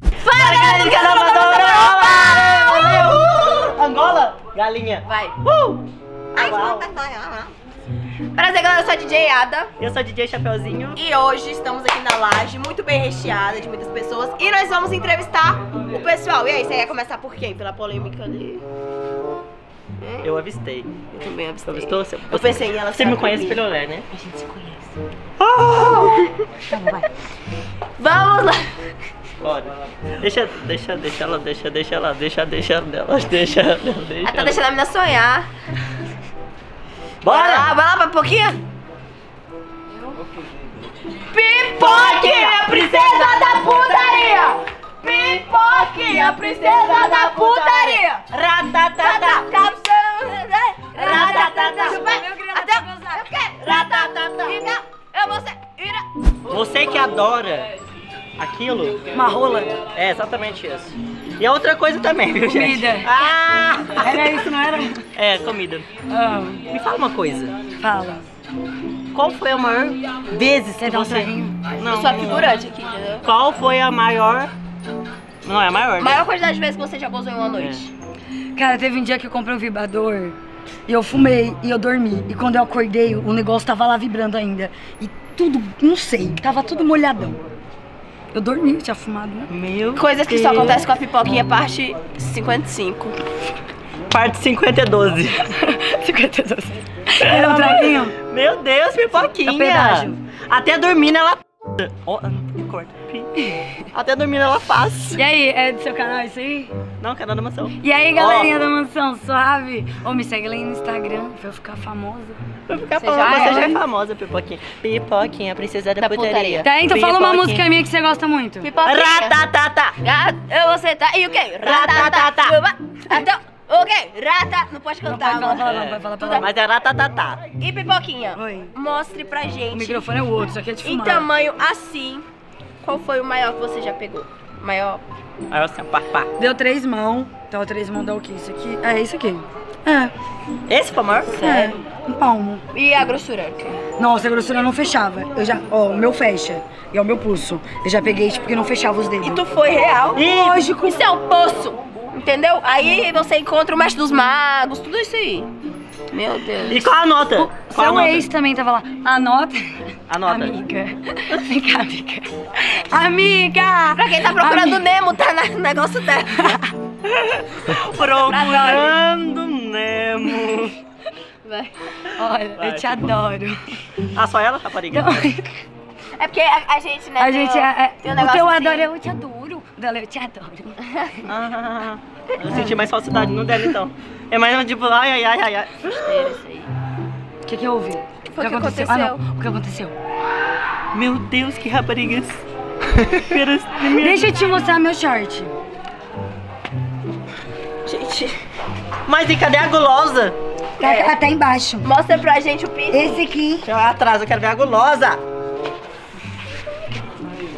Fala, galera do canal Madonna! Angola, galinha. Vai. Uh! Ai, tá, Uau. Prazer, galera, eu sou a DJ Ada. Eu sou DJ Chapeuzinho. E hoje estamos aqui na laje, muito bem recheada de muitas pessoas. E nós vamos entrevistar o pessoal. E aí, você ia começar por quem? Pela polêmica ali? Eu avistei. Eu também abstei. Eu estou. Você Eu pensei em ela você me ficar conhece comigo. pelo olhar, né? A gente se conhece. Tá bom, vai. Vamos lá. Bora. Deixa, deixa, deixa ela, deixa, deixa ela, deixa, deixa ela, deixa ela, Ela tá deixa. deixando a menina sonhar. Bora lá, bora Bora! Ah, lá pra pouquinho. Pipoquinha, princesa da putaria! Pipoquinha, princesa da putaria! Ratatata! Ratatata! Eu vou ser. Ira. Você que adora aquilo. Uma rola. É exatamente isso. E a outra coisa também, viu, gente? Comida. Ah! Era isso, não era? É, comida. Ah, Me fala uma coisa. fala. Qual foi a maior vezes que Quer dar um você... sorrinho? Não, Eu sou a não. figurante aqui, entendeu? Qual foi a maior... Não, é a maior, né? Maior quantidade de vezes que você já gozou em uma noite. Cara, teve um dia que eu comprei um vibrador e eu fumei e eu dormi. E quando eu acordei, o negócio tava lá vibrando ainda. E tudo, não sei, tava tudo molhadão. Eu dormi, eu tinha fumado, né? Meu Coisas que só Deus. acontecem com a pipoquinha, parte 55. Parte 50 é 12. 52. Era um traguinho? É. Meu Deus, pipoquinha. É pedágio. Até dormindo ela... Oh, ah, corta. Até dormindo ela faz. E aí, é do seu canal isso aí? Não, canal da mansão. E aí, galerinha da mansão, suave? Ou me segue lá aí no Instagram pra eu ficar famosa. Vou ficar Você falando, já você é, já é né? famosa, pipoquinha. Pipoquinha, princesa da, Da putaria. putaria. Tá, então fala uma Pipoquinha. música minha que você gosta muito. Pipoquinha. Ratatata. Ah, Eu vou sentar. E o quê? Ratatatá. Uba. Então, o quê? Rata. Não pode Não cantar, pode falar, mano. falar, não pode falar, falar. Mas é ratatata. E pipoquinha? Oi. Mostre pra O gente. microfone é o outro, isso aqui é de Em fumar. tamanho assim, qual foi o maior que você já pegou? Maior? Aí você pá, pá. Deu três mãos. Então, três mãos dá o quê? Isso aqui? É, isso aqui. É, Esse foi o maior? é. Um palmo. E a grossura? Nossa, a grossura não fechava. Eu já, ó, o meu fecha. E é o meu pulso. Eu já peguei, tipo, que não fechava os dedos. E tu foi real? Ih, Lógico. Isso é um poço. Entendeu? Aí você encontra o mestre dos magos, tudo isso aí. Meu Deus. E qual a nota? Seu Qual a nota? ex também tava lá. Anota. A nota. Amiga. Vem cá, amiga. Amiga! Pra quem tá procurando Amiga. Nemo, tá na- no negócio dela. Procurando Nemo. Vai. Olha, Vai, eu te adoro. Ah, só ela, rapariga? Então, É porque a, a gente, né? a tem gente o- é. tem um é o negócio teu assim. adoro, é eu te adoro. O dela, é eu te adoro. Ah, eu senti mais falsidade no dela, então. É mais tipo, ai, ai, ai, ai, ai. Besteira isso aí. O que, que houve? foi O que Ah, aconteceu? não. O que aconteceu? Meu Deus, que raparigas. Peras- Deixa eu te mostrar meu short. Gente, Mas e cadê a gulosa? Tá É. até embaixo. mostra pra gente o piso. Esse aqui. Deixa eu lá atrás, eu quero ver a gulosa.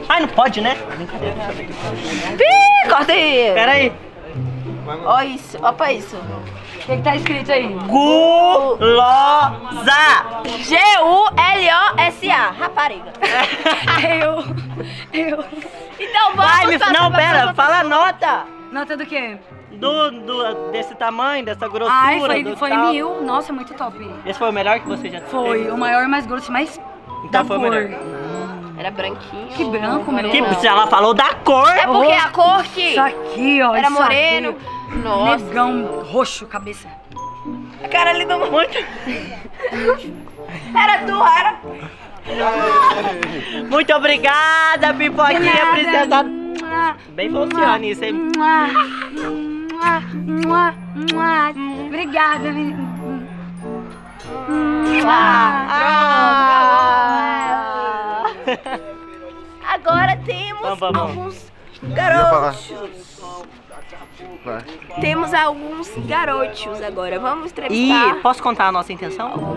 Ai, não pode, né? Pi, corta aí. Pera aí. Ó isso, ó pra isso. O que, que tá escrito aí? Gulosa. G-U-L-O-S-A, rapariga. Ah, Eu. Eu. Então vamos Vai, me... pra- Não, pra- pera, pra- fala a nota. Nota do quê? Do, do- desse tamanho, dessa grossura. Ai, foi, do foi tal. mil. Nossa, muito top. Esse foi o melhor que você já Foi teve? o maior, mais grosso, mais da Então foi o cor. melhor. Era branquinho. Que branco, meu. Que, Não. se ela falou da cor. É porque a cor que Isso aqui, ó. era isso moreno. aqui. Nossa. Negão, roxo, cabeça. A cara ali do muito. Era tu, era. Muito obrigada, pipoquinha, princesa. Bem Falciane isso, hein? Mua, mua, mua, mua. Obrigada, menina. Ah! Ah. Agora temos Vamos, vamos. alguns falar. garotos. Vai. Temos alguns garotos agora. Vamos E entrevistar. tá. posso contar a nossa intenção?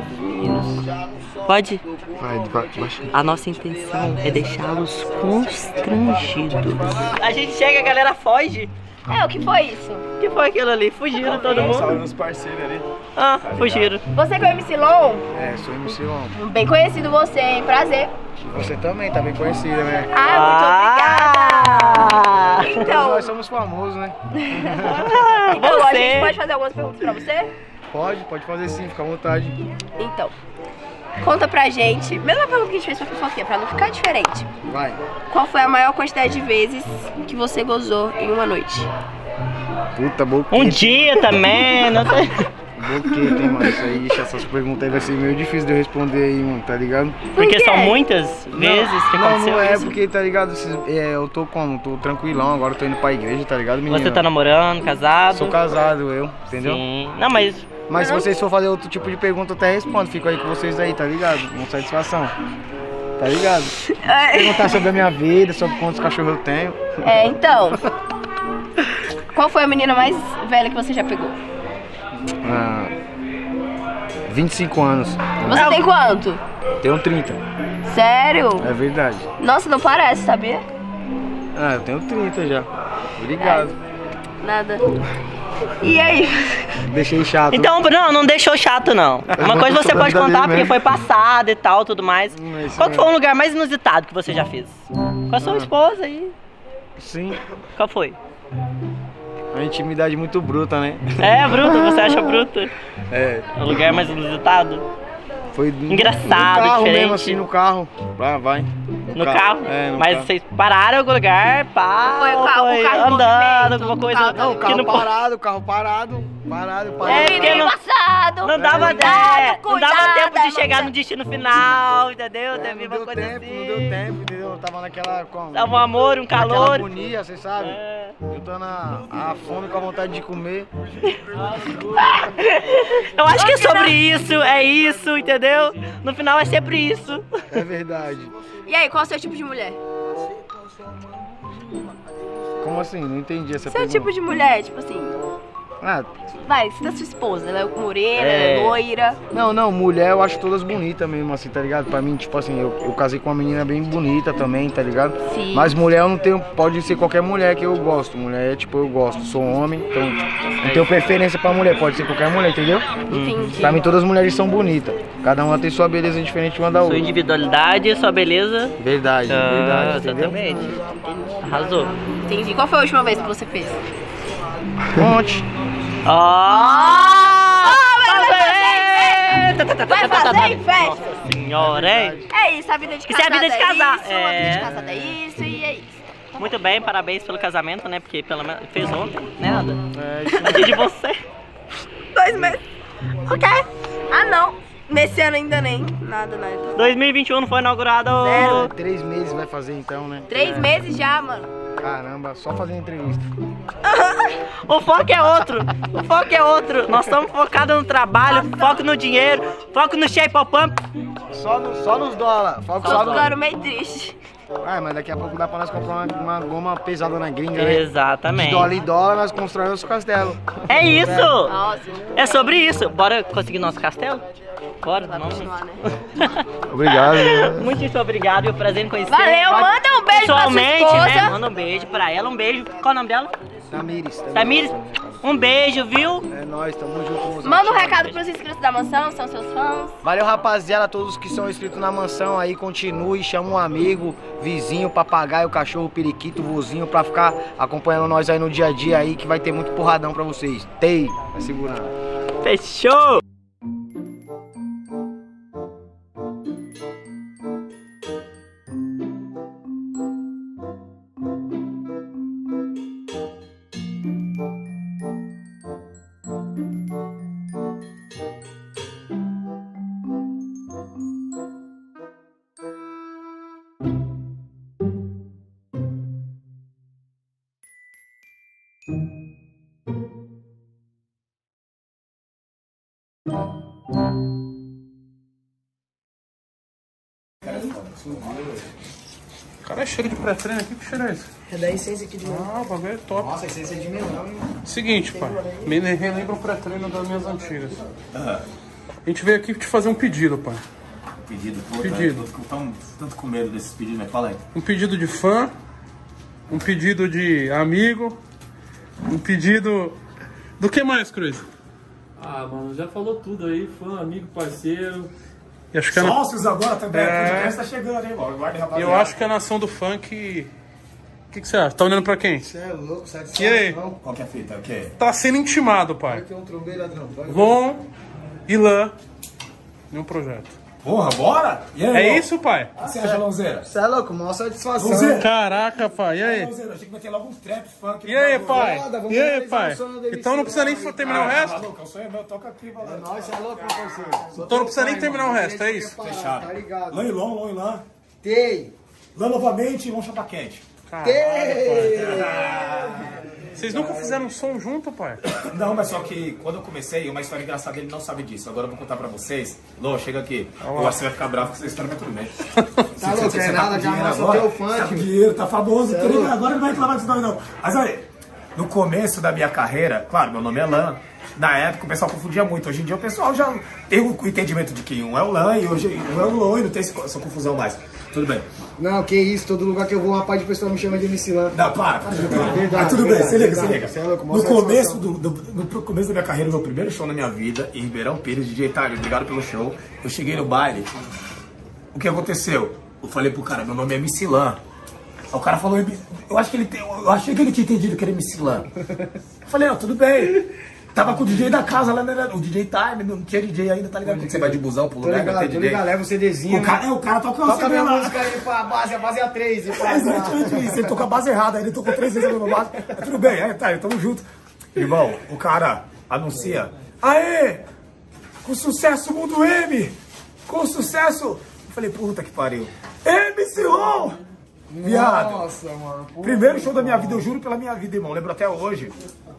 Pode? Vai, vai, baixinho. A nossa intenção é deixá-los constrangidos. A gente chega, a galera foge. É, o que foi isso? O que foi aquilo ali? Fugiram todo Dá um salve mundo? nos parceiros ali. Ah, fugiram. Você que é o MC Lon, É, sou MC Lon. bem conhecido você, hein? Prazer. Você também tá bem conhecida, né? Ah, muito Ah, obrigada. Então, Nós somos famosos, né? então a gente Ah, Você. pode fazer algumas perguntas pra você? Pode, pode fazer sim, fica à vontade. Então, conta pra gente, mesma pergunta que a gente fez pra fofoquinha, pra não ficar diferente. Vai. Qual foi a maior quantidade de vezes que você gozou em uma noite? Puta boqueta. Um dia também, não sei. Boqueta, hein, mano. Isso aí, ixi, essas perguntas aí vai ser meio difícil de eu responder aí, mano, tá ligado? Porque quê? são muitas vezes que Não, aconteceu não é, isso. porque, tá ligado? esses- é, eu tô como? Tô tranquilão, agora eu tô indo pra igreja, tá ligado, menino? Você tá namorando, casado? Sou casado, eu, entendeu? Sim. Não, mas Mas se vocês for fazer outro tipo de pergunta, eu até respondo. Fico aí com vocês aí, tá ligado? Com satisfação. Tá ligado? Perguntar sobre a minha vida, sobre quantos cachorros eu tenho. É, então. Qual foi a menina mais velha que você já pegou? Ah, 25 anos. É Você tem quanto? Tenho 30. Sério? É verdade. Nossa, não parece, sabia? Ah, eu tenho 30 já. Obrigado. Nada. E aí? Deixei chato. Então, não, não deixou chato, não. Uma É, não coisa tô você pode falando da contar porque minha mãe. foi passado e tal, tudo mais. Hum, é isso Qual que foi mesmo. Ah. um lugar mais inusitado que você já fez? Com a sua esposa aí. Sim, Qual foi? uma intimidade muito bruta, né? É, bruto, você acha bruto? É. Um lugar mais inusitado? Foi no- Engraçado, no carro diferente. mesmo, assim, no carro. Vai, vai. No, No carro? É, no Mas carro. vocês pararam em algum lugar, pá, Foi o ou carro- o foi carro em andando, movimento, alguma o coisa carro- Não, o que carro não pode. parado, o carro parado, parado, parado. É, porque não- passado! Não Então, dava, Cuidado, é, não dava cuidado, tempo de irmão. chegar no destino final, entendeu? É, Teve não uma deu coisa tempo, assim. não deu tempo, entendeu? Eu tava naquela. Com, Tava um amor, um naquela calor. agonia, você sabe? É. Juntando a, a fome com a vontade de comer. Eu acho que é sobre isso, é isso, entendeu? No final é sempre isso. É verdade. E aí, qual é o seu tipo de mulher? Como assim? Não entendi Tá essa Seu pergunta. tipo de mulher, tipo assim, Ah, vai, você tá sua esposa, ela é morena, ela É. é loira. não, não, mulher eu acho todas bonitas mesmo, assim, tá ligado? Pra mim, tipo assim, eu, eu casei com uma menina bem bonita também, tá ligado? Sim. Mas mulher eu não tenho. Pode ser qualquer mulher que eu gosto. Mulher é tipo, eu gosto. Sou homem, então. Não tenho preferência pra mulher, pode ser qualquer mulher, entendeu? Entendi. Pra mim todas as mulheres são bonitas. Cada uma tem sua beleza diferente uma da Sua outra. individualidade, sua beleza. Verdade, Ah, verdade, entendeu? exatamente. Arrasou. Entendi. Qual foi a última vez que você fez? tá. Ontem. Ah, Ó! Vai fazer em festa! Nossa senhora, hein? É isso, a vida de Isso é a casada vida de casar, isso, a vida de é. casada é isso e é isso. Muito bem, parabéns pelo casamento, né? Porque pelo menos fez ontem, né, Nada. É, isso Antes de você. Dois meses. Ok. Ah, não. Nesse ano ainda nem. Nada, nada. 2021 foi inaugurado. Zero. Três meses vai fazer então, né? Três É. meses já, mano. Caramba, só fazer entrevista. O foco é outro. O foco é outro. Nós estamos focados no trabalho, foco no dinheiro, foco no shape up pump. Só, no- só nos dólares. Tá Só Tô no... ficando meio triste. Ah, mas daqui a pouco dá pra nós comprar uma, uma goma pesada na gringa, né? De dólar Exatamente. em dólar, nós construímos o castelo. É isso. Nossa, É sobre isso. Bora conseguir nosso castelo? Bora, vai vamos. continuar, né? Obrigado. Muito obrigado, é um prazer em conhecer. Valeu, manda um beijo pra sua Pessoalmente, né? esposa. Manda um beijo pra ela, um beijo. Qual o nome dela? Tamires. Tamires. Tamires. Um beijo, viu? É nóis, tamo junto. Manda um recado pros inscritos da mansão, são seus fãs. Valeu, rapaziada, todos que são inscritos na mansão aí, continue, chama um amigo, vizinho, papagaio, cachorro, periquito, vozinho, pra ficar acompanhando nós aí no dia a dia aí, que vai ter muito porradão pra vocês. Tem, vai segurando. Fechou! Cara, cheiro de pré-treino aqui, que cheiro é esse? É da essência aqui de Milão. Ah, o bagulho é top. Nossa, a essência é de Milão. Seguinte, pai, me relembra o pré-treino das minhas antigas. Ah. A gente veio aqui te fazer um pedido, pai. Pedido, pô, Pedido. Tá, eu tô tão, tanto com medo né? desses pedidos, mas fala aí. Um pedido de fã, um pedido de amigo Um pedido. Do que mais, Cruz? Ah, mano, já falou tudo aí, fã, amigo, parceiro. E acho que a na- Sócios agora também. É. O podcast tá chegando, hein, mano? Guarda, rapaziada. Eu acho que é a nação do funk. O que, que você acha? Tá olhando pra quem? Você é louco, sai de E aí? Qual que é a fita? O quê? Tá sendo intimado, pai. Tem um trombeiro ladrão. Vai. Lon, Ilan. Nenhum um projeto. Porra, bora? E aí, É irmão? isso, pai? O que você acha, Lonzeira? Você é louco, maior satisfação. Lonzeira? Caraca, pai. E aí? Lonzeira, achei que vai ter logo um trap funk. E aí, Tá pai? Nada, vamos E aí, realizar pai? o sonho da Ah, MC Então não precisa nem Live. terminar o resto? Maluco, o sonho é meu, toca aqui, valeu. Nós é louco, meu parceiro. Então não precisa nem terminar o resto, é isso? Fechado. Tá ligado. Lã e Lon, Lon e Lã. Tem. Lã novamente e Lon chapa quente. Vocês nunca fizeram um som junto, pai? Não, mas só que quando eu comecei, uma história engraçada, ele não sabe disso. Agora eu vou contar pra vocês. Lô, chega aqui. Eu acho que você vai ficar bravo com essa história, mas tudo bem. Tá louco, é nada, já mostra o agora? teu Tá com funk. dinheiro, tá famoso. tá ligado? Agora não vai reclamar disso nome, não. Mas olha, no começo da minha carreira, claro, meu nome é Lan. Na época o pessoal confundia muito. Hoje em dia o pessoal já tem o entendimento de que um é o Lan e hoje um é o Lon e não tem esse- essa confusão mais. Tudo bem. Não, que isso, todo lugar que eu vou, um rapaz de pessoa me chama de MC Lan. Não, para. para. É Verdade, Mas tudo bem, verdade, se liga, se verdade. liga. Você é louco, mó no, satisfação. começo do, do- no pro- começo da minha carreira, meu primeiro show na minha vida, em Ribeirão Pires, DJ Itália, obrigado pelo show. Eu cheguei no baile. O que aconteceu? Eu falei pro cara, meu nome é MC Lan. Aí o cara falou, "MC eu acho que ele tem, eu achei que ele tinha entendido que era MC Lan. Eu falei, não, tudo bem. Tava com o DJ da casa lá, né, o DJ Time, não tinha DJ ainda, tá ligado? Quando você vai de busão pro Tô lugar, ligado, vai tô ter ligado, DJ. leva o CDzinho. O cara, é, o cara toca o né? Toca CD minha lá. música aí pra base, a base é a 3. E É faz lá. exatamente isso. Ele tocou a base errada, ele tocou três vezes a mesma base. Mas tudo bem, é, tá, tamo junto. Irmão, o cara anuncia. Aê! Com sucesso Mundo M! Com sucesso! Eu falei, puta que pariu. MC Ron! Viado! Nossa, mano. pô. Primeiro show da minha vida, eu juro pela minha vida, irmão. Lembro até hoje.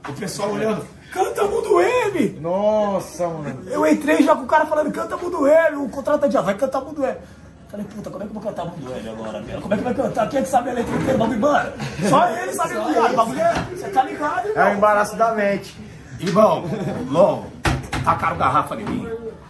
O pessoal olhando. Canta Mundo M! Nossa, mano. Eu entrei já com o cara falando, canta Mundo M, o contrato já vai cantar Mundo M. Falei, puta, como é que eu vou cantar Mundo M agora, velho? Como é que vai cantar? Quem é que sabe a letra inteira? Bagulho, mano, só ele sabe o viado, bagulho, é- você tá ligado, É o irmão? embaraço da mente. Irmão, Lon, tacaram garrafa em mim,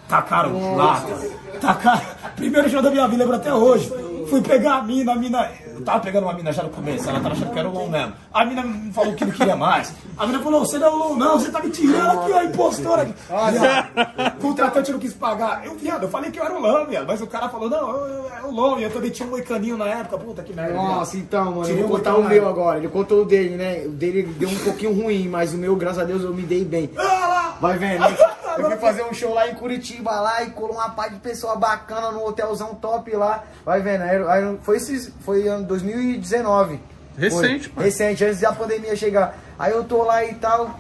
tacaram lata, tacaram... Primeiro show da minha vida, lembro até hoje. Fui pegar a mina, a mina... Eu tava pegando uma mina já no começo, ela tava achando que era o Lon mesmo. A mina me falou que não queria mais. A mina falou, você não é o Lon não, você tá me tirando aqui, ó, impostora. Viado, o contratante não quis pagar. Eu, viado, eu falei que eu era o Lon, viado, mas o cara falou, não, eu- eu- é o Lon. E eu também tinha um moicaninho na época, puta que merda. viado. Nossa, então, mano, eu Tirei vou o contar botão o lá. meu agora. Ele contou o dele, né? O dele deu um pouquinho ruim, mas o meu, graças a Deus, eu me dei bem. Ah, lá. Vai vendo. hein? Eu fui fazer um show lá em Curitiba lá e colou uma parte de pessoa bacana no hotelzão top lá. Vai vendo. Aí, aí foi esse, foi ano 2019. Recente, Foi. pô. Recente, antes da pandemia chegar. Aí eu tô lá e tal.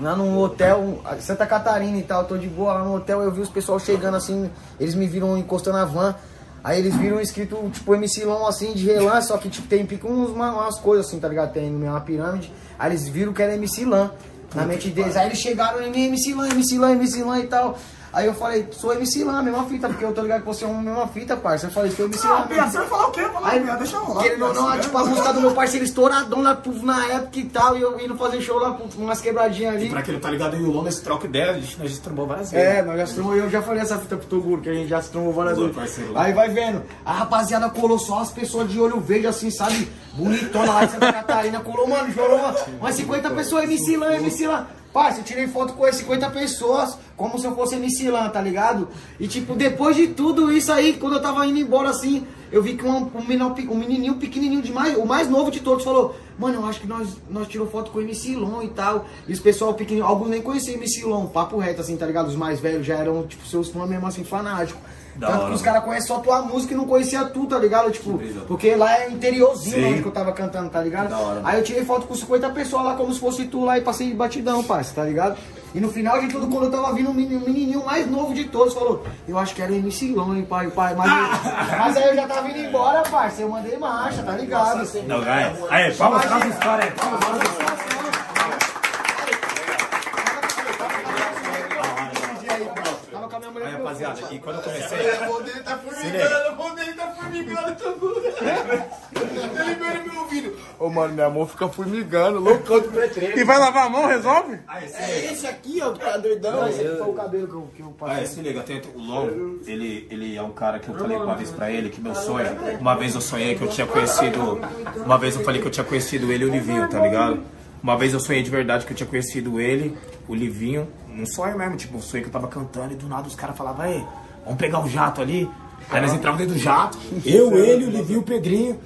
Lá num hotel, Santa Catarina e tal, tô de boa lá no hotel, eu vi os pessoal chegando assim, eles me viram encostando a van, aí eles viram escrito, tipo, MC Lon assim, de relance, só que tipo, tem pico uns, mano, umas coisas assim, tá ligado? Tem uma pirâmide, aí eles viram que era MC Lan, na mente deles, aí eles chegaram em mim, MC Lan, MC Lan, MC Lan e tal, aí eu falei, sou MC Lan, mesma fita, porque eu tô ligado que você é uma mesma fita, parça, eu falei, sou MC Lan Ah, mesmo. Bia, você vai falar o quê? Falar, Aí, Bia, deixa eu rolar. Querendo ou não, Bia, tipo, a música do meu parceiro estouradão na, na época e tal, e eu indo fazer show lá, putz, umas quebradinhas ali. Pra quem não tá ligado, eu e o Lon, nesse troca ideia, a gente, a gente trombou várias vezes. É, nós já se trombou, eu já falei essa fita pro Toguro, que a gente já se trombou várias Boa, vezes. parceiro. Aí vai vendo, a rapaziada colou só as pessoas de olho verde, assim, sabe? Bonitona lá de Santa Catarina, colou, mano, jogou uma- umas 50 pessoas, MC Lan, MC Lan. Parça, eu tirei foto com as 50 pessoas, como se eu fosse MC Lan, tá ligado? E tipo, depois de tudo isso aí, quando eu tava indo embora assim, eu vi que um, um menino, pe- um menininho pequenininho demais, o mais novo de todos, falou: Mano, eu acho que nós, nós tirou foto com o MC Lon e tal. E os pessoal pequenininho, alguns nem conheciam o MC Lon, papo reto assim, tá ligado? Os mais velhos já eram, tipo, seus fãs mesmo assim, fanáticos. Da Tanto hora, que os caras conhecem só tua música e não conhecia tu, tá ligado? Tipo, porque lá é interiorzinho lá Sim. onde que eu tava cantando, tá ligado? Da hora, Aí eu tirei foto com 50 pessoas lá, como se fosse tu lá e passei batidão, parça, tá ligado? E no final de tudo, quando eu tava vindo, o meni- o menininho mais novo de todos falou: Eu acho que era MC Lon, hein, pai, pai. Mas, mas aí eu já tava indo embora, parça, eu mandei marcha, tá ligado? Não, vai. Aí, palmas para as histórias aí, palmas para as histórias. Tava com a minha mulher Aí, falou, rapaziada, e quando eu comecei. tá Se né? liga. Ô, mano, minha mão fica formigando, loucão do pretreiro. E vai lavar a mão, resolve? Esse aqui, ó, tá doidão. Ah, é Esse aqui foi o cabelo que eu, que eu passei. Aí, Ah, é, se liga, tem o Lon, ele, ele é um cara que eu falei uma vez pra ele que Ah, meu é sonho, uma vez eu sonhei que eu tinha conhecido, uma vez eu falei que eu tinha conhecido ele e o Nivinho, tá ligado? Uma vez eu sonhei de verdade que eu tinha conhecido ele, o Livinho. Um sonho mesmo, tipo, um sonho que eu tava cantando e do nada os caras falavam, ei, vamos pegar o jato ali. Aí nós entrávamos dentro do jato, eu, é ele, o Livinho e o Pedrinho.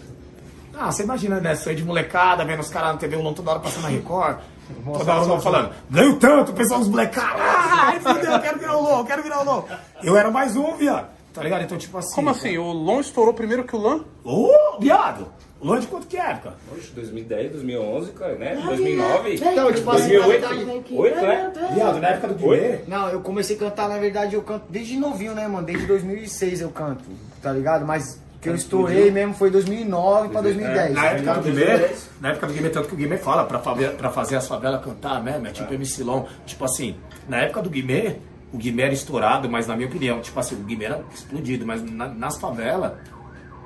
Ah, você imagina, né? Sonho de molecada, vendo os caras na TV Ulon toda hora passando na Record. Toda hora o Lon falando, ganho tanto, o pessoal dos molecados. Ai, fudeu, quero virar o Lon, quero virar o Lon. Eu era mais um, viado. Tá ligado? Então, tipo assim. Como assim? O Lon estourou primeiro que o Lan? Ô, viado! Lon de quanto que é, cara? Poxa, 2010, 2011, cara, né? 2009. Então, tipo assim, na 2008, verdade, né? Oito, né? Viado, na época do Guimê. Não, eu comecei a cantar, na verdade, eu canto desde novinho, né, mano? Desde 2006 eu canto, tá ligado? Mas que um? eu estourei mesmo foi 2009 pra 2010. Na época do Guimê, na época do Guimê, tanto que o Guimê fala pra, fave- pra fazer a sua vela cantar, né? É tipo MC Lon. Tipo assim, na época do Guimê, o Guimê era estourado, mas na minha opinião, tipo assim, o Guimê era explodido, mas na- nas favelas,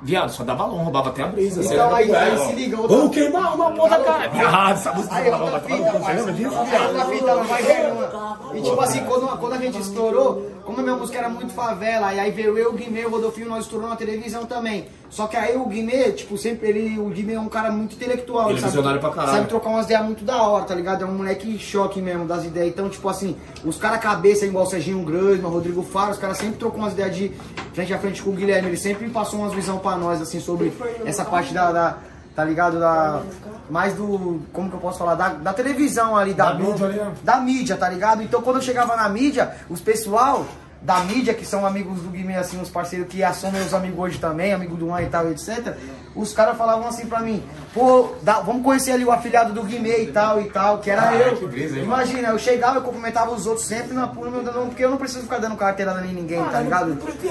viado, só dava Lon, roubava até a brisa. você Então era aí, do aí Guimê, se liga, Vamos outra queimar uma porra, cara. Viado, essa música Aí dava Lon, outra vai fita, tomar no cu, você lembra disso? aí outra Tá fita, ela vai ganhando. E tipo assim, quando, quando a gente estourou, como a minha música era muito favela, e aí veio eu, o Guimê, o Rodolfinho, nós estouramos na televisão também. Só que aí o Guimê, tipo, sempre ele, o Guimê é um cara muito intelectual. Ele é sabe? visionário pra caralho. Sabe trocar umas ideias muito da hora, tá ligado? É um moleque em choque mesmo das ideias. Então, tipo assim, os caras cabeça igual o Serginho Grosma, Rodrigo Faro, os caras sempre trocam umas ideias de frente a frente com o Guilherme. Ele sempre passou umas visão pra nós, assim, sobre essa parte da. da- tá ligado? Da. Mais do. Como que eu posso falar? Da, da televisão ali, da, Da mídia ali, né? da mídia, tá ligado? Então quando eu chegava na mídia, os pessoal da mídia, que são amigos do Guimê, assim, os parceiros que são meus amigos hoje também, amigo do Juan e tal, etc. Os caras falavam assim pra mim, pô, dá- vamos conhecer ali o afiliado do Guimê e tal e tal, que era Ah, eu. que brisa, hein, mano? Imagina, eu chegava, eu cumprimentava os outros sempre na pura, meu Deus, porque eu não preciso ficar dando carteirada em ninguém, tá ligado? Porque,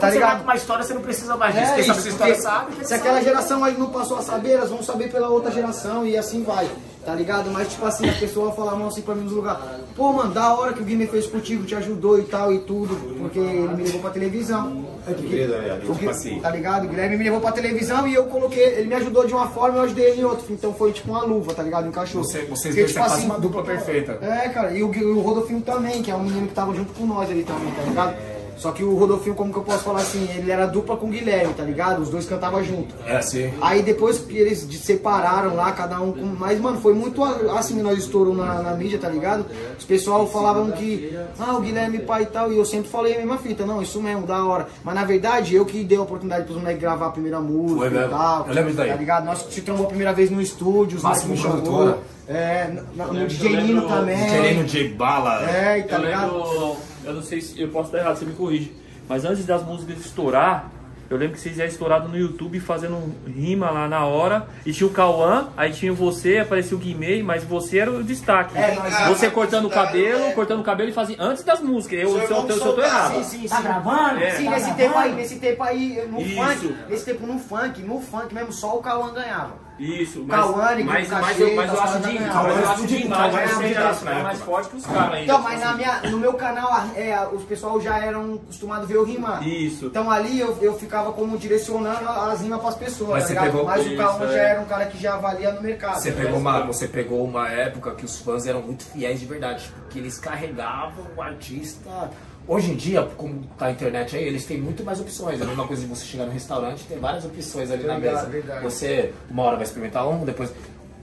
tá ligado? uma história, você não precisa mais É, Quem isso, sabe essa história porque sabe. Se aquela geração aí não passou a saber, elas vão saber pela outra geração e assim vai, tá ligado? Mas tipo assim, a pessoa fala mão assim pra mim nos lugares. Pô, mano, da hora que o Guimê fez contigo, te ajudou e tal e tudo, porque ele me levou pra televisão. É tipo O Gui- assim. Tá ligado? O Guilherme me levou pra televisão e eu coloquei. Ele me ajudou de uma forma e eu ajudei ele em outra. Então foi tipo uma luva, tá ligado? Encaixou. Você- vocês Porque, tipo assim, dois são quase uma dupla perfeita. É, cara. E o, Gui- o Rodolfinho também, que é um menino que tava junto com nós ali também, tá ligado? Só que o Rodolfinho, como que eu posso falar assim? Ele era dupla com o Guilherme, tá ligado? Os dois cantavam junto. É assim. Aí depois que eles de- separaram lá, cada um com. Mas, mano, foi muito a- assim que nós estouramos na, na mídia, tá ligado? Os pessoal falavam que. Ah, o Guilherme pai e tal. E eu sempre falei a mesma fita, não, isso mesmo, da hora. Mas na verdade, eu que dei a oportunidade pros moleques gravar a primeira música Foi e mesmo. tal. Eu lembro disso daí. Tá ligado? Nós te trombou a primeira vez no estúdio, os Máximo moleques me chamou. produtora. É, na- na- no DJ Nino também. Querendo de bala. É, e tá Eu ligado? lembro, eu não sei se eu posso estar errado, você me corrige. Mas antes das músicas estourar, eu lembro que vocês iam estourado no YouTube fazendo um rima lá na hora. E tinha o Cauã, aí tinha você, apareceu o Guimê, mas você era o destaque. É, nós- você cortando o né? cabelo, cortando o cabelo e fazia antes das músicas. Eu, se eu, se eu, se eu tô errado. sim, Tá gravando? É. Sim, nesse tempo aí, nesse tempo aí, no Isso. funk, nesse tempo no funk, no funk mesmo, só o Cauã ganhava. Isso, mas, Cauane, que mas, o mas, cachê eu, mas eu das acho paradas de, ganhava. mas eu acho de imagem, Cauane né? mas era você muito era mais forte que os caras ainda. Então, mas na minha, no meu canal, a- é, os pessoal já eram acostumados a ver eu rimar. Isso. Então ali eu, eu ficava como direcionando as rimas pras pessoas, Mas tá você ligado? pegou- Mas o Isso, Cauã é. já era um cara que já valia no mercado. né? Você pegou, uma, você pegou uma época que os fãs eram muito fiéis de verdade, tipo, que eles carregavam o artista. Hoje em dia, como tá a internet aí, eles têm muito mais opções. É a mesma coisa de você chegar no restaurante, tem várias opções ali na Verdade, mesa. verdade. Você uma hora vai experimentar um, depois.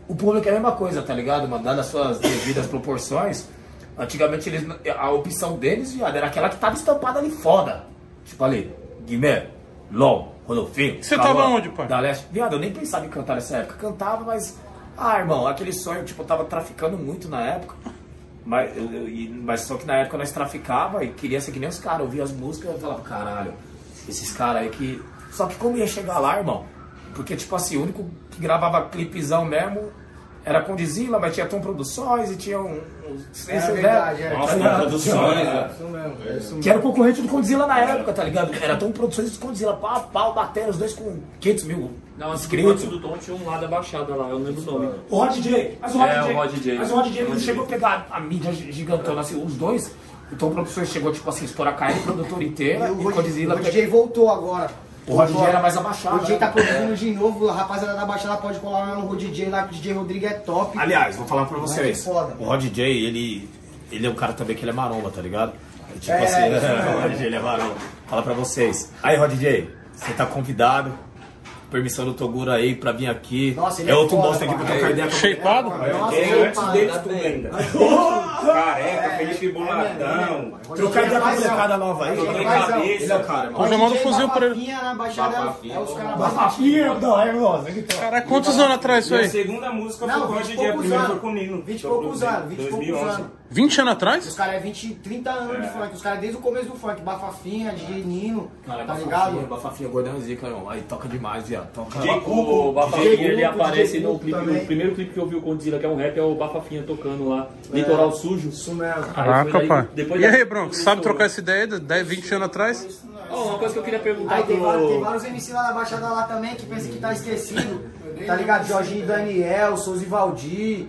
O público é a mesma coisa, tá ligado? Mandando as suas devidas proporções. Antigamente eles. A opção deles, viado, era aquela que tava estampada ali foda. Tipo ali, Guimê, LOL, Rodolfinho. Você tava Cauã, onde, pai? Da Leste. Viado, eu nem pensava em cantar nessa época. Cantava, mas. Ah, irmão, aquele sonho, tipo, eu tava traficando muito na época. Mas, eu- eu- e- mas só que na época nós traficava e queria ser que nem os caras. Eu via as músicas e falava, caralho, esses caras aí que. Só que como ia chegar lá, irmão? Porque, tipo assim, o único que gravava clipezão mesmo era Condizila, mas tinha Tom Produções e tinha um. um É verdade, é. Nossa, Tom Produções, né? Isso mesmo, é isso mesmo. Que era o concorrente do Condzilla na época, tá ligado? Era tão produções do Condzilla, pau a pau, batendo os dois com 500 mil Não, assim, antes do inscritos. Tom- do Tom tinha um lá da Baixada lá, eu não lembro o nome. O Rod J. Mas o Rod É, J. o Rod J. Mas o Rod J. O ele Rod J. chegou a pegar a mídia gi- gigantona, assim, os dois. O Tom Produções chegou, tipo assim, estourar a KM produtora inteira. E E o o Condzilla... Rod- o DJ voltou agora. O Rod J era mais abaixado. O DJ né? tá produzindo de novo, a rapaziada da Baixada pode colar lá no Rod DJ lá, que o DJ Rodrigo é top. Aliás, vou falar pra Ah, que vocês. foda. O Rod J, ele, ele é um cara também que ele é maromba, tá ligado? É tipo É, assim, é, o Rod J, ele é maromba. Fala pra vocês. Aí, Rod J, você tá convidado permissão do Toguro aí pra vir aqui. Nossa, ele é é outro foda, monstro aqui pra mano. tá trocar ideia com Shapeado? Tem antes deles tudo ainda. Careca, Felipe Boladão. Trocar ideia com a molecada nova aí. Ele é Ele é o cabeça. cara, mano. Hoje eu mando um fuzil pra ele. Bafafinha na Baixada, Bafafinha. é os caras Bafafinha, não, é nossa. Então. Caraca, quantos anos atrás isso Minha aí? segunda música Não, foi com a 20 e Didi, é a poucos primeira anos. foi com o Nino. 20 e Foi poucos pro- anos, 20 e poucos 2011. anos. 20 anos Os atrás? caras é 20, 30 anos É. de funk. Os caras é desde o começo do funk. Bafafinha, DJ Nino, Cara, tá É. bafafinha, ligado? bafafinha, gordão é zica, irmão. Aí toca demais, viado. Toca. DJ Cuco, O Bafafinha, ele DJ Cuco, aparece DJ no Cuco clipe, também. o primeiro clipe que eu vi o Condzilla, que é um rap, é o Bafafinha tocando lá, É. Litoral Sujo. Isso mesmo. Aí foi Caraca, daí- pai. depois E daí- aí, Bronx, sabe trocar essa ideia de 10, 20 anos atrás? Ó, uma coisa que eu queria perguntar Aí tem vários, tem pro... vários MC lá na Baixada lá também que pensa que tá esquecido. Tá ligado? Jorginho e Daniel, Souza e Valdir.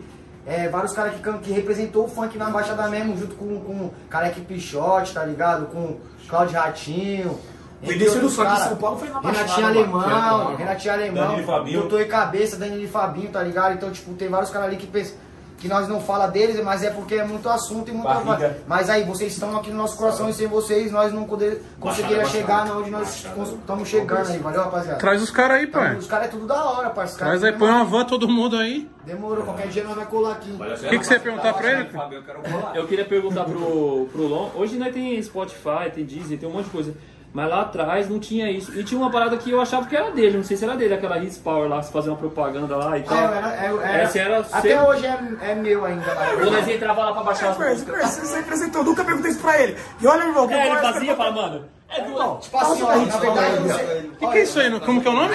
É, vários caras que, can- que representou o funk na Baixada mesmo, junto com, com Careque Pichote, tá ligado? Com Claudio Ratinho. O início do São funk em Paulo. São Paulo foi na Baixada. Renatinho mano. Alemão, Renatinho Alemão, Danilo e Fabinho. Doutor e Cabeça, Danilo e Fabinho, tá ligado? Então, tipo, tem vários caras ali que pensam que nós não fala deles, mas é porque é muito assunto e muita Barriga. coisa. Mas aí, vocês estão aqui no nosso coração e sem vocês nós não poder, conseguiria chegar na onde nós cons- estamos chegando aí. Valeu, rapaziada. Traz os caras aí, Então, pai. Os caras é tudo da hora, parceiro. Os Traz aí, caras põe uma van todo mundo aí. Demorou, qualquer dia nós vai colar aqui. É, O que, que você ia perguntar pra ele? pai? Fabio, eu quero colar. Eu queria perguntar pro, pro Lon. Hoje né, tem Spotify, tem Disney, tem um monte de coisa. Mas lá atrás não tinha isso. E tinha uma parada que eu achava que era dele, não sei se era dele, aquela Hits Power lá, se fazer uma propaganda lá e Ah, tal. eu era- eu era- Essa era até seu. hoje é, é meu ainda. na Ou verdade. nós entrava lá pra É baixar as Percy, músicas. Percy, você apresentou, eu nunca perguntei isso pra ele. E olha, irmão, que É, ele conversa- fazia e fala, mano. É do Tipo assim, ó, na verdade, eu não sei- O que, que é isso aí? Como que é o nome?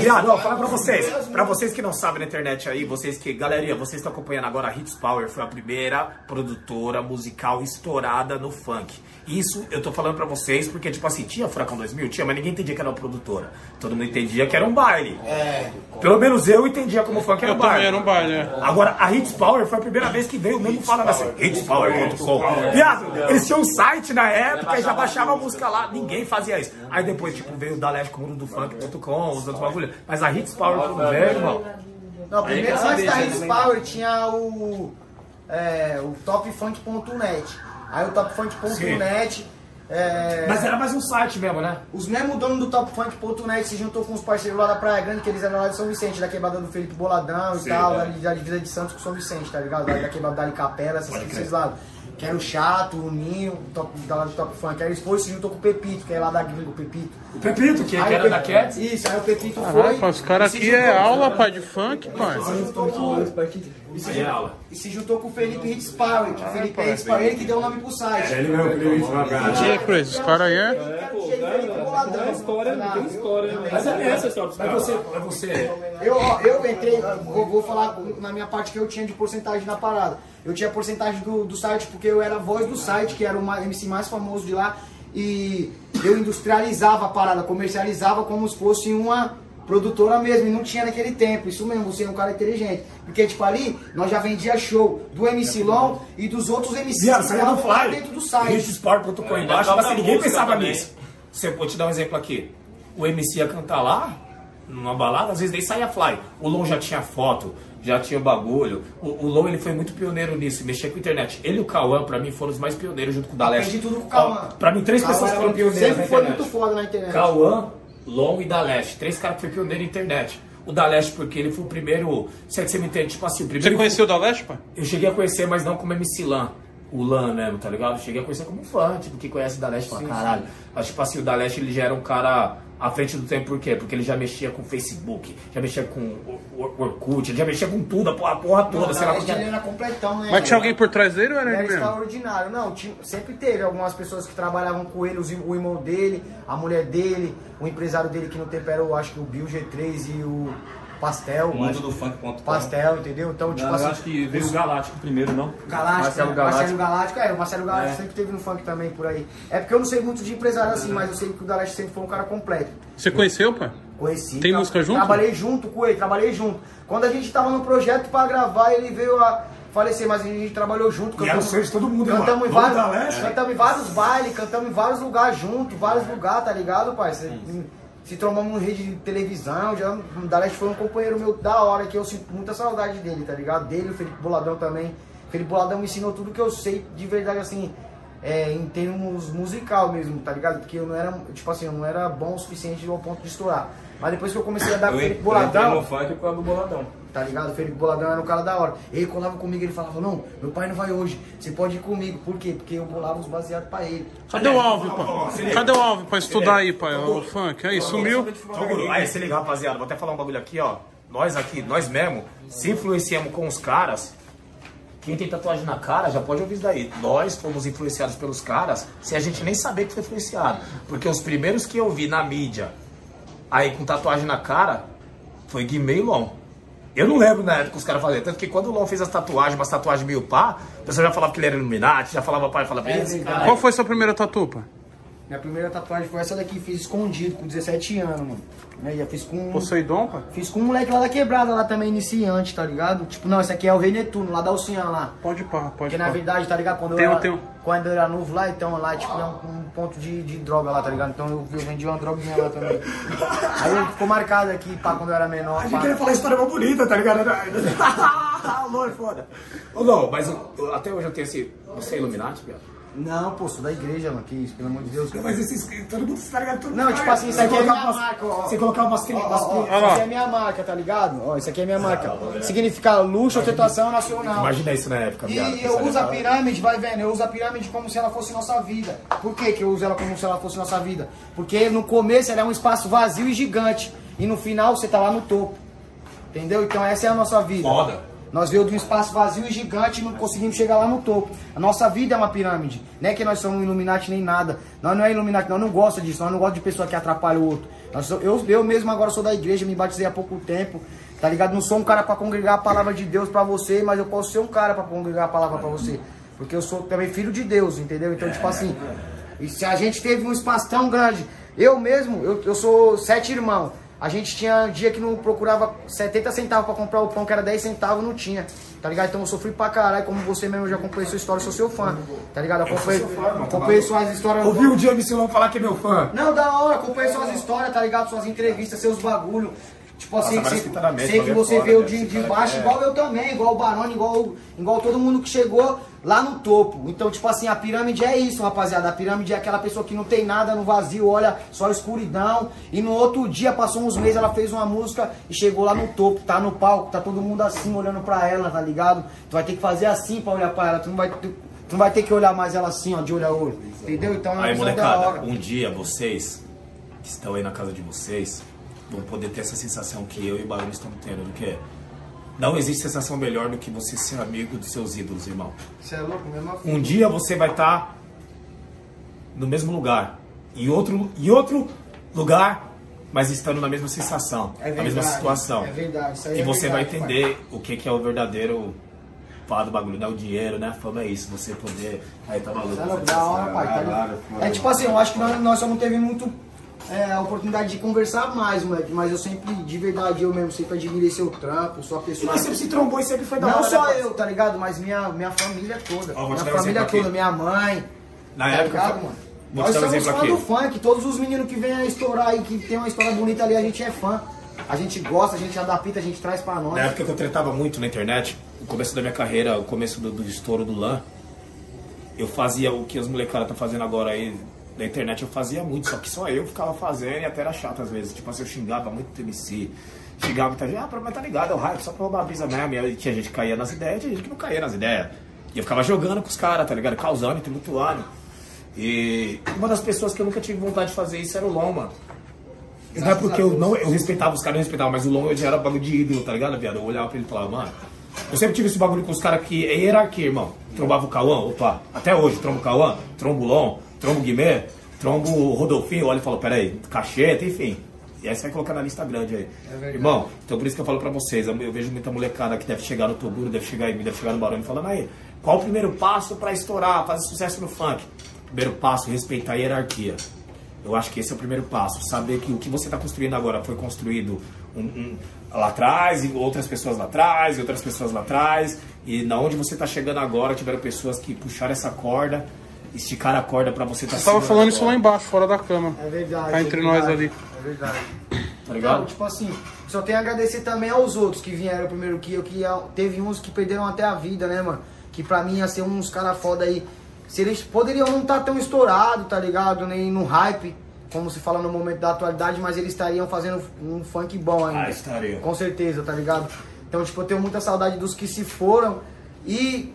Viado, ó, fala pra vocês. Pra vocês que não sabem na internet aí, vocês que. Galerinha, vocês estão acompanhando agora a Hits Power, foi a primeira produtora musical estourada no funk. Isso eu tô falando pra vocês porque, tipo assim, tinha Furacão 2000, tinha, mas ninguém entendia que era uma produtora. Todo mundo entendia que era um baile. É. Pelo menos eu entendia como funk era Eu um baile. também era um baile, é. Agora, a Hits Power foi a primeira vez que veio mesmo falando assim, hitspower.com. Viado, eles tinham um site na época e já baixava a música lá, ninguém fazia isso. Aí depois, tipo, veio o Daleste com o mundo do funk.com, os outros bagulho. Mas a Hits Power foi um velho, irmão. Não, primeiro quer antes saber, da né, Hits também. Power tinha o, é, o topfunk.net. Aí o topfunk.net, é, Mas era mais um site mesmo, né? os mesmos donos do topfunk.net se juntou com os parceiros lá da Praia Grande, que eles eram lá de São Vicente, da quebrada do Felipe Boladão e tal, é. ali da Divisa de Santos com São Vicente, tá ligado? Da, da quebrada da Ali Capela, essas- esses lados. Que era o Chato, o Ninho, o top, da lá do Top Funk. Aí eles foram e se juntou com o Pepito, que é lá da gringa, o Pepito. O Pepito, que Aí o era da Pe- Cats. Isso, aí o Pepito Caraca, foi. os caras e se aqui é juntou- aula, pai, de funk, pai. se juntou com- e se, juntou, e se juntou com o Felipe Hitzpower, que o Felipe Hitzpower, ele que deu o nome pro site. Ele mesmo, ele mesmo, E aí, Chris, os caras aí é. né, Tem história, não tem história. né? Mas é essa a história dos Mas caras. você, mas você, Eu, ó, eu entrei, vou, vou falar na minha parte que eu tinha de porcentagem na parada. Eu tinha porcentagem do, do site porque eu era a voz do site, que era o ma- MC mais famoso de lá. E eu industrializava a parada, comercializava como se fosse uma produtora mesmo. E não tinha naquele tempo. Isso mesmo, você é um cara inteligente. Porque, tipo, ali nós já vendia show do MC Long e dos outros MCs Viado, você ia no trabalhavam lá Fly. dentro do site. Richsport.com embaixo, É, mas toca ninguém música pensava também. nisso. Você vou te dar um exemplo aqui. O MC ia cantar lá, numa balada, às vezes nem saía Fly. O Lon já tinha foto, já tinha bagulho. O, o Lon ele foi muito pioneiro nisso, mexia com a internet. Ele e o Cauã, pra mim, foram os mais pioneiros junto com o Daleste. Aprendi tudo com o Cauã. Pra mim, três pessoas Agora, foram pioneiras na Sempre foi internet. muito foda na internet. Cauã, Long e Daleste. Três caras que foi pioneiro na internet. O Daleste, porque ele foi o primeiro. Se é que você me entende, tipo assim, o Você primeiro. conheceu o da Leste, pai? Eu cheguei a conhecer, mas não como MC Lan. O Lan mesmo, tá ligado? Eu cheguei a conhecer como fã, tipo, que conhece o Da Leste fala, caralho. Mas, tipo assim, o Da Leste, ele já era um cara à frente do tempo, por quê? Porque ele já mexia com Facebook, já mexia com o- o- o Orkut, ele já mexia com tudo, a porra, a porra toda, Não, sei na lá. verdade, quanto- ele era completão, né? Mas tinha alguém por trás dele ou era Era ele mesmo? extraordinário. Não, tinha- sempre teve algumas pessoas que trabalhavam com ele, os, o irmão dele, a mulher dele, o empresário dele que no tempo era, o, acho que o Bill G3 e o Pastel. Mundo acho- do funk.com. Pastel, entendeu? Então, tipo Não, eu assim. acho que veio o Galáctico primeiro, não? Galáctico, Marcelo né? Galáctico. Marcelo Galáctico, é, o Marcelo Galáctico sempre teve no funk também por aí. É porque eu não sei muito de empresário assim, mas eu sei que o Galáctico sempre foi um cara completo. Você conheceu, pai? Conheci. Tem tra- música junto? Trabalhei junto com ele, trabalhei junto. Quando a gente tava no projeto pra gravar, ele veio a falecer, mas a gente trabalhou junto. E era o sonho de todo mundo, né, cantamos em mano? Vamos vários, dar É. leste? cantamos em vários bailes, cantamos em vários lugares junto, vários lugares, tá ligado, pai? Cê- se trombamos no rede de televisão, já, o Daleste foi um companheiro meu da hora, que eu sinto muita saudade dele, tá ligado? Dele, o Felipe Boladão também. Felipe Boladão me ensinou tudo que eu sei de verdade, assim, é, em termos musical mesmo, tá ligado? Porque eu não era, tipo assim, eu não era bom o suficiente ao ponto de estourar. Mas depois que eu comecei a dar Eu, com en- ele eu entrei boladão, no funk por causa do boladão. tá ligado? O Felipe Boladão era um cara da hora. Ele colava comigo, ele falava, não, meu pai não vai hoje, você pode ir comigo. Por quê? Porque eu bolava os baseados pra ele. Cadê o Alves, pai? Cadê o Alves pra estudar aí, pai? O funk? Aí, sumiu. Então, guru, aí, se liga, rapaziada, vou até falar um bagulho aqui, ó. Nós aqui, nós mesmo, se influenciamos com os caras. Quem tem tatuagem na cara já pode ouvir isso daí. Nós fomos influenciados pelos caras sem a gente nem saber que foi influenciado. Porque os primeiros que eu vi na mídia, aí com tatuagem na cara, foi Guimê e Lon. Eu não lembro na época que os caras faziam. Tanto que quando o Lon fez as tatuagens, umas tatuagens meio pá, o pessoal já falava que ele era Illuminati, já falava pai, falava, esse cara. Qual foi sua primeira tatu, pai? Minha primeira tatuagem foi essa daqui, fiz escondido, com 17 anos, mano. Aí já fiz com. um- Poseidon, pai? Fiz com um moleque lá da quebrada, lá também, iniciante, tá ligado? Tipo, não, esse aqui é o Rei Netuno, lá da Alcinha lá. Pode pá, pode Porque na pá. verdade, tá ligado? Quando, Tem eu, um- era, tem um- quando eu era novo lá, então lá, tipo, é um, um ponto de, de droga lá, tá ligado? Então eu, eu vendi uma droguinha lá também. Aí ficou marcado aqui, pá, quando eu era menor. A pá. gente queria falar história mais bonita, tá ligado? Não, é foda. Ô, Não, mas eu- eu- até hoje eu tenho esse. Você é Illuminati, viado? Não, pô, sou da igreja, mano, que isso, pelo amor de Deus. Não, Mas esse, todo mundo tá ligado? Todo Não, mundo- tipo assim, isso aqui é colocar minha marca, ó. Você colocar umas Ó, crianças. ó, ó, isso aqui é minha marca, tá ligado? Ó, isso aqui é minha marca. Significa luxo, tentação nacional. Imagina isso na época, viado. E eu uso a pirâmide, vai vendo, eu uso a pirâmide como se ela fosse nossa vida. Por que, que eu uso ela como se ela fosse nossa vida? Porque no começo ela é um espaço vazio e gigante. E no final você tá lá no topo. Entendeu? Então essa é a nossa vida. Foda. Nós veio de um espaço vazio e gigante e não conseguimos chegar lá no topo. A nossa vida é uma pirâmide. Não é que nós somos Illuminati nem nada. Nós não é Illuminati, nós não gosta disso. Nós não gosta de pessoa que atrapalha o outro. Nós so- eu, eu mesmo agora sou da igreja, me batizei há pouco tempo. Tá ligado? Não sou um cara pra congregar a palavra de Deus pra você, mas eu posso ser um cara pra congregar a palavra pra você. Porque eu sou também filho de Deus, entendeu? Então, tipo assim, e se a gente teve um espaço tão grande. Eu mesmo, eu, eu sou sete irmãos. A gente tinha um dia que não procurava 70 centavos pra comprar o pão, que era 10 centavos, não tinha. Tá ligado? Então eu sofri pra caralho, como você mesmo eu já acompanhei sua história, eu sou seu fã. Tá ligado? Eu acompanhei, acompanhei suas histórias. Ouvi o James Silão falar que é meu fã. Não, da hora, acompanhei suas histórias, tá ligado? Suas entrevistas, seus bagulho. Tipo assim, Nossa, parece sei, que tá na mesa, sei que bagulho é você foda, veio né? de, Esse de cara baixo, é- igual eu também, igual o Barone, igual, igual todo mundo que chegou lá no topo. Então, tipo assim, a pirâmide é isso, rapaziada. A pirâmide é aquela pessoa que não tem nada no vazio, olha só a escuridão. E no outro dia, passou uns meses, ela fez uma música e chegou lá no topo, tá no palco, tá todo mundo assim olhando pra ela, tá ligado? Tu vai ter que fazer assim pra olhar pra ela, tu não vai, tu, tu não vai ter que olhar mais ela assim, ó, de olho a olho. Entendeu? Então é uma Aí, visão da molecada, hora. um dia vocês que estão aí na casa de vocês vão poder ter essa sensação que eu e o Barulho estamos tendo, do que é. Não existe sensação melhor do que você ser amigo dos seus ídolos, irmão. Você é louco, mesmo Um dia você vai estar no mesmo lugar, em outro, em outro lugar, mas estando na mesma sensação, É na mesma verdade, situação. é verdade, isso aí e é você verdade, vai entender o que, que é o verdadeiro pá do bagulho, não é o dinheiro, né? A fama é isso, você poder. Aí tá maluco. Sério, você da hora, pai. tá ligado? é tipo assim, eu acho que nós, nós só não teve muito é, a oportunidade de conversar mais, moleque. Mas eu sempre, de verdade, eu mesmo sempre admirei seu trampo, sua E pessoa. nós sempre se trombou e sempre foi da Não hora. né, só parceiro? eu, tá ligado? Mas minha, minha família toda. Ó, vou te minha dar um família exemplo aqui. toda, minha mãe. Na tá época, ligado, mano? vou te Nós dar um somos exemplo fã aqui. do funk. Todos os meninos que vêm a estourar aí, que tem uma história bonita ali, a gente é fã. A gente gosta, a gente adapta, a gente traz pra nós. Na época que eu tretava muito na internet, o começo da minha carreira, o começo do, do estouro do LAN, eu fazia o que as molecadas estão fazendo agora aí na internet, eu fazia muito, só que só eu ficava fazendo e até era chato às vezes. Tipo assim, eu xingava muito MC, xingava muita gente, ah, mas tá ligado, é o hype, só pra roubar a brisa mesmo. E aí tinha gente que caía nas ideias, tinha gente que não caía nas ideias. E eu ficava jogando com os caras, tá ligado? Causando, tumultuando. E uma das pessoas que eu nunca tive vontade de fazer isso era o Lon, mano. Não é porque eu não eu respeitava os caras, eu respeitava, mas o Long eu já era bagulho de ídolo, tá ligado, viado? Eu olhava pra ele e falava, mano. Eu sempre tive esse bagulho com os caras que é hierarquia, irmão. Trombava o Cauã, opa, até hoje, trombo o Cauã, trombo o Long, trombo o Guimê, trombo o Rodolfinho, olha e fala, peraí, cacheta, enfim. E aí você vai colocar na lista grande aí. irmão, então por isso que eu falo pra vocês, eu, eu vejo muita molecada que deve chegar no Toguro, deve chegar em mim, deve chegar no Barão e falando aí, qual o primeiro passo pra estourar, fazer sucesso no funk? Primeiro passo, respeitar a hierarquia. Eu acho que esse é o primeiro passo. Saber que o que você está construindo agora foi construído um- um lá atrás, e outras pessoas lá atrás, e outras pessoas lá atrás. E na onde você está chegando agora, tiveram pessoas que puxaram essa corda, esticaram a corda para você estar tá Eu tava segurando falando isso lá agora, embaixo, fora da cama. É verdade. Tá é entre nós ali. verdade, É verdade. Tá Então, ligado? tipo assim, só tenho a agradecer também aos outros que vieram primeiro que eu, que ah, teve uns que perderam até a vida, né, mano? Que pra mim ia ser uns cara foda aí. se eles poderiam não estar tão estourado, tá ligado? Nem no hype, como se fala no momento da atualidade, mas eles estariam fazendo um funk bom ainda. Ah, estariam. Com certeza, tá ligado? Então, tipo, eu tenho muita saudade dos que se foram e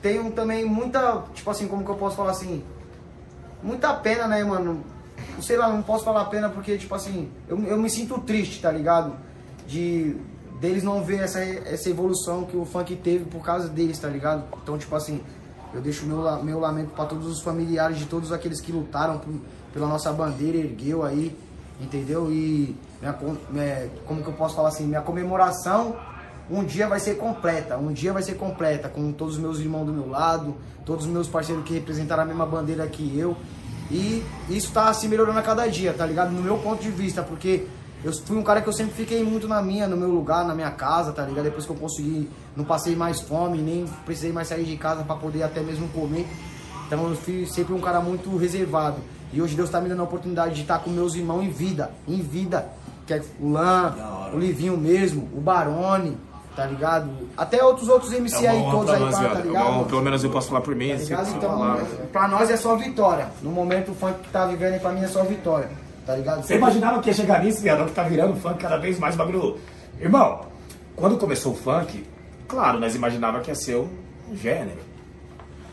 tenho também muita, tipo assim, como que eu posso falar assim? Muita pena, né, mano? Sei lá, não posso falar pena porque, tipo assim, eu, eu me sinto triste, tá ligado? De deles não ver essa, essa evolução que o funk teve por causa deles, tá ligado? Então, tipo assim, eu deixo meu, la- meu lamento pra todos os familiares de todos aqueles que lutaram por- pela nossa bandeira, ergueu aí, entendeu? E minha, com- minha- como que eu posso falar assim, minha comemoração um dia vai ser completa, um dia vai ser completa, com todos os meus irmãos do meu lado, todos os meus parceiros que representaram a mesma bandeira que eu. E isso tá se melhorando a cada dia, tá ligado? No meu ponto de vista, porque eu fui um cara que eu sempre fiquei muito na minha, no meu lugar, na minha casa, tá ligado? Depois que eu consegui, não passei mais fome, nem precisei mais sair de casa pra poder até mesmo comer. Então eu fui sempre um cara muito reservado. E hoje Deus tá me dando a oportunidade de estar com meus irmãos em vida. Em vida. Que é o Lan, o Livinho mesmo, o Barone, tá ligado? Até outros outros MC É uma aí, honra todos pra aí, nós, pra, tá viado. É uma honra, ligado? Pelo menos eu posso falar por mim. Tá assim, ligado? Então, falar. pra nós é só vitória. No momento o funk que tá vivendo aí pra mim é só vitória. Tá ligado? Você imaginava que ia chegar nisso, viado? Que tá virando funk cada vez mais bagulho. Irmão, quando começou o funk, claro, nós imaginava que ia ser um gênero.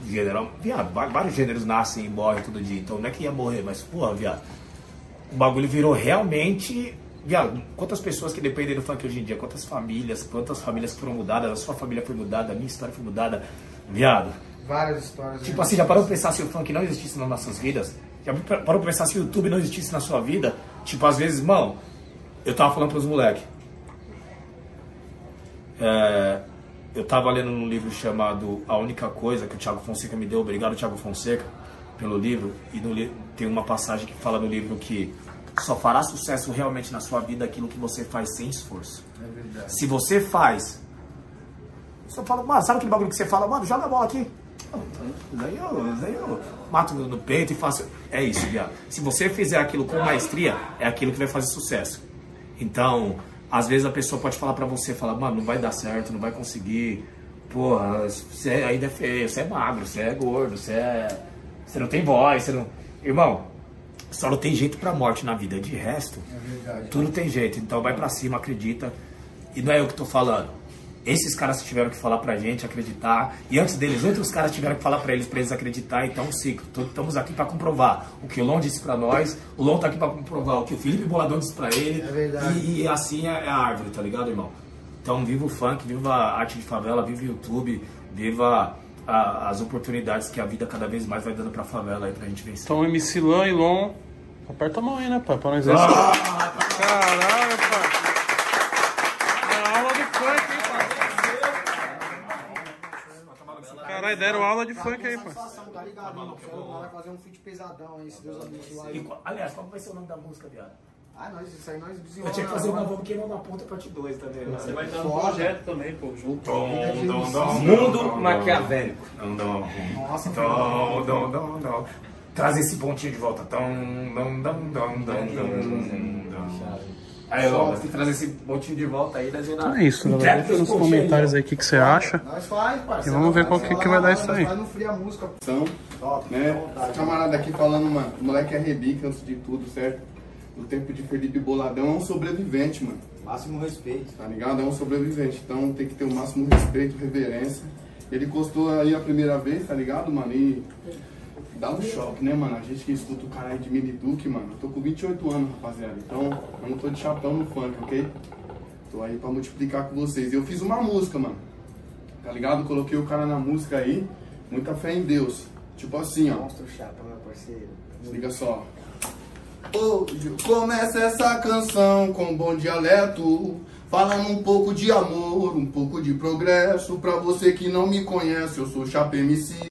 Gênero, viado, va- vários gêneros nascem e morrem todo dia, então não é que ia morrer, mas porra, viado. O bagulho virou realmente. Viado, quantas pessoas que dependem do funk hoje em dia? Quantas famílias? Quantas famílias que foram mudadas? A sua família foi mudada, a minha história foi mudada. Viado, Várias histórias. Tipo assim, já parou pra pensar se o funk não existisse nas nossas vidas? Já parou pra pensar se o YouTube não existisse na sua vida? Tipo, às vezes, mano, eu tava falando pros moleques. É, eu tava lendo um livro chamado A Única Coisa, que o Thiago Fonseca me deu. Obrigado, Thiago Fonseca, pelo livro. E no li- tem uma passagem que fala no livro que só fará sucesso realmente na sua vida aquilo que você faz sem esforço. Se você faz só fala, mano, sabe aquele bagulho que você fala, mano, joga a bola aqui. Daí eu, daí eu mato no no peito e faço. É isso, viado. Se você fizer aquilo com maestria, é aquilo que vai fazer sucesso. Então, às vezes a pessoa pode falar pra você, falar, mano, não vai dar certo, não vai conseguir. Porra, você ainda é feio, você é magro, você é gordo, você é. Você não tem voz, você não. Irmão, só não tem jeito pra morte na vida. De resto, É tudo tem jeito. Então vai pra cima, acredita. E não é eu que tô falando. Esses caras tiveram que falar pra gente acreditar. E antes deles, outros caras tiveram que falar pra eles, pra eles acreditar. Então, é um ciclo. Tô- Estamos aqui pra comprovar o que o Lon disse pra nós. O Lon tá aqui pra comprovar o que o Felipe Boladão disse pra ele. É verdade. E, e assim é é a árvore, tá ligado, irmão? Então, viva o funk, viva a arte de favela, viva o YouTube, viva a- as oportunidades que a vida cada vez mais vai dando pra favela aí pra gente vencer. Então, MC Lan e Lon, aperta a mão aí, né, pai? Pra nós ver se- Caralho, pai. É aula de funk, hein, pai? Caralho, deram aula de funk aí, pai. tá ligado, mano? é Vai fazer um feat pesadão aí, se Tá Deus abençoar. E qual- aliás, qual vai ser o nome da música, viado? Ah, nós, isso aí nós desenvolvemos. Eu tinha que fazer uma Vamos Queimar na Ponta parte 2 também. né? Você vai estar no projeto também, pô, junto. Mundo maquiavélico. Nossa, Dom, dom, dom, dom. Traz esse pontinho de volta. Tom, dom, dom, dom, dom, dom, dom. Aí, ó, você traz esse pontinho de volta aí da Então Gina. é isso, galera. Deixa nos comentários aí o que, que você acha. Nós faz, parceiro. E vamos ver Nós qual que faz que vai lá, dar isso nós aí. Faz no frio a música. Então, né? Esse camarada aqui falando, mano, o moleque é rebique antes de tudo, certo? No tempo de Felipe Boladão é um sobrevivente, mano. Máximo respeito. Tá ligado? É um sobrevivente. Então tem que ter o máximo respeito, reverência. Ele encostou aí a primeira vez, tá ligado, mano? E dá um choque, né, mano? A gente que escuta o cara aí de Mini Duque, mano. Eu tô com 28 anos, rapaziada. Então eu não tô de chapéu no funk, ok? Tô aí pra multiplicar com vocês. Eu fiz uma música, mano. Tá ligado? Coloquei o cara na música aí. Muita fé em Deus. Tipo assim, ó. Mostra o chapa, meu parceiro. Se liga só. Hoje começa essa canção com bom dialeto, falando um pouco de amor, um pouco de progresso. Pra você que não me conhece, eu sou Chapa MC.